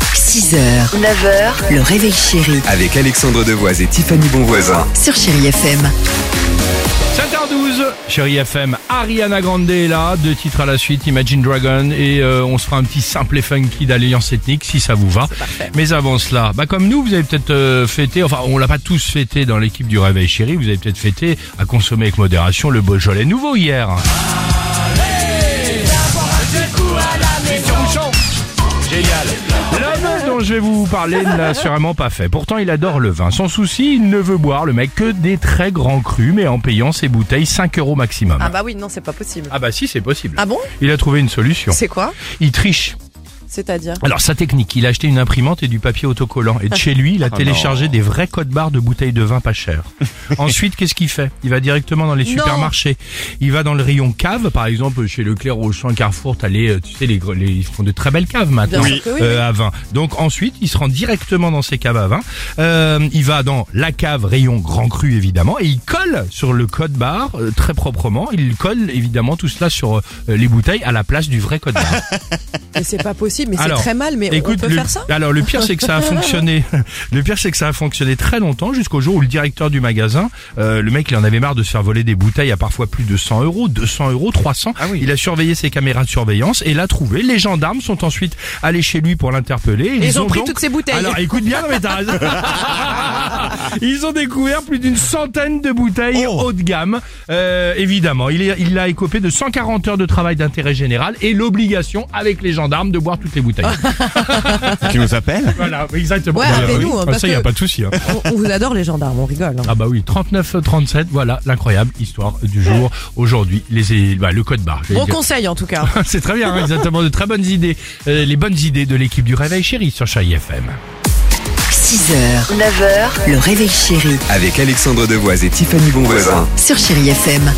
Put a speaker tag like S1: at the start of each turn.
S1: 6h, 9h, le réveil chéri
S2: Avec Alexandre Devoise et Tiffany Bonvoisin.
S1: sur Chéri FM.
S3: 7h12, chérie FM, Ariana Grande est là, deux titres à la suite, Imagine Dragon, et euh, on se fera un petit simple et funky d'Alliance Ethnique, si ça vous va. Mais avant cela, bah comme nous, vous avez peut-être euh, fêté, enfin on l'a pas tous fêté dans l'équipe du Réveil Chéri, vous avez peut-être fêté, à consommer avec modération, le Beaujolais nouveau hier. L'homme dont je vais vous parler ne l'a sûrement pas fait. Pourtant, il adore le vin. Sans souci, il ne veut boire, le mec, que des très grands crus, mais en payant ses bouteilles 5 euros maximum.
S4: Ah bah oui, non, c'est pas possible.
S3: Ah bah si, c'est possible.
S4: Ah bon
S3: Il a trouvé une solution.
S4: C'est quoi
S3: Il triche.
S4: C'est-à-dire
S3: Alors sa technique, il a acheté une imprimante et du papier autocollant. Et de chez lui, il a téléchargé des vrais codes barres de bouteilles de vin pas chères. Ensuite, qu'est-ce qu'il fait Il va directement dans les
S4: Non.
S3: supermarchés. Il va dans le rayon cave, par exemple chez Leclerc, Auchan, Carrefour. T'as les, euh, tu sais, les, gros- les- ils font de très belles caves maintenant
S4: Bien sûr que oui,
S3: euh, à vin. Donc ensuite, il se rend directement dans ces caves à vin. Euh, il va dans la cave rayon grand cru évidemment et il colle sur le code barre euh, très proprement. Il colle évidemment tout cela sur euh, les bouteilles à la place du vrai code barre.
S4: Mais c'est pas possible, mais c'est
S3: Alors,
S4: très mal, mais
S3: Écoute,
S4: on peut
S3: le-
S4: faire ça
S3: Alors le pire c'est que ça a fonctionné. Le pire c'est que ça a fonctionné très longtemps jusqu'au jour où le directeur du magasin, euh, le mec il en avait marre de se faire voler des bouteilles à parfois plus de 100 euros, 200 euros, 300. Il a surveillé ses caméras de surveillance et l'a trouvé. Les gendarmes sont ensuite allés chez lui pour l'interpeller.
S4: Ils ont pris
S3: donc-
S4: toutes ses bouteilles.
S3: Alors écoute bien, non, mais t'as raison. Ils ont découvert plus d'une centaine de bouteilles
S5: Oh.
S3: haut de gamme. Euh, évidemment, il, est- il a écopé de 140 heures de travail d'intérêt général et l'obligation avec les gendarmes de boire toutes les bouteilles.
S5: Tu nous appelles Bah
S3: Voilà, exactement.
S4: Ouais,
S3: Voilà,
S4: appelez-nous, hein,
S3: Ah,
S4: parce
S3: ça, il n'y a
S4: que-
S3: pas de souci. hein.
S4: on, on vous adore les gendarmes, on rigole. hein.
S3: Ah bah oui, 39-37, voilà l'incroyable histoire du jour. Aujourd'hui, les, bah, le code barre. j'allais
S4: On
S3: dire.
S4: conseille en tout cas.
S3: C'est très bien, hein, exactement, de très bonnes idées. Euh, les bonnes idées de l'équipe du Réveil Chéri sur Chai FM.
S1: 6h, 9h, le réveil chéri
S2: Avec Alexandre Devoise et Tiffany Bonvoisin.
S1: sur Chéri FM.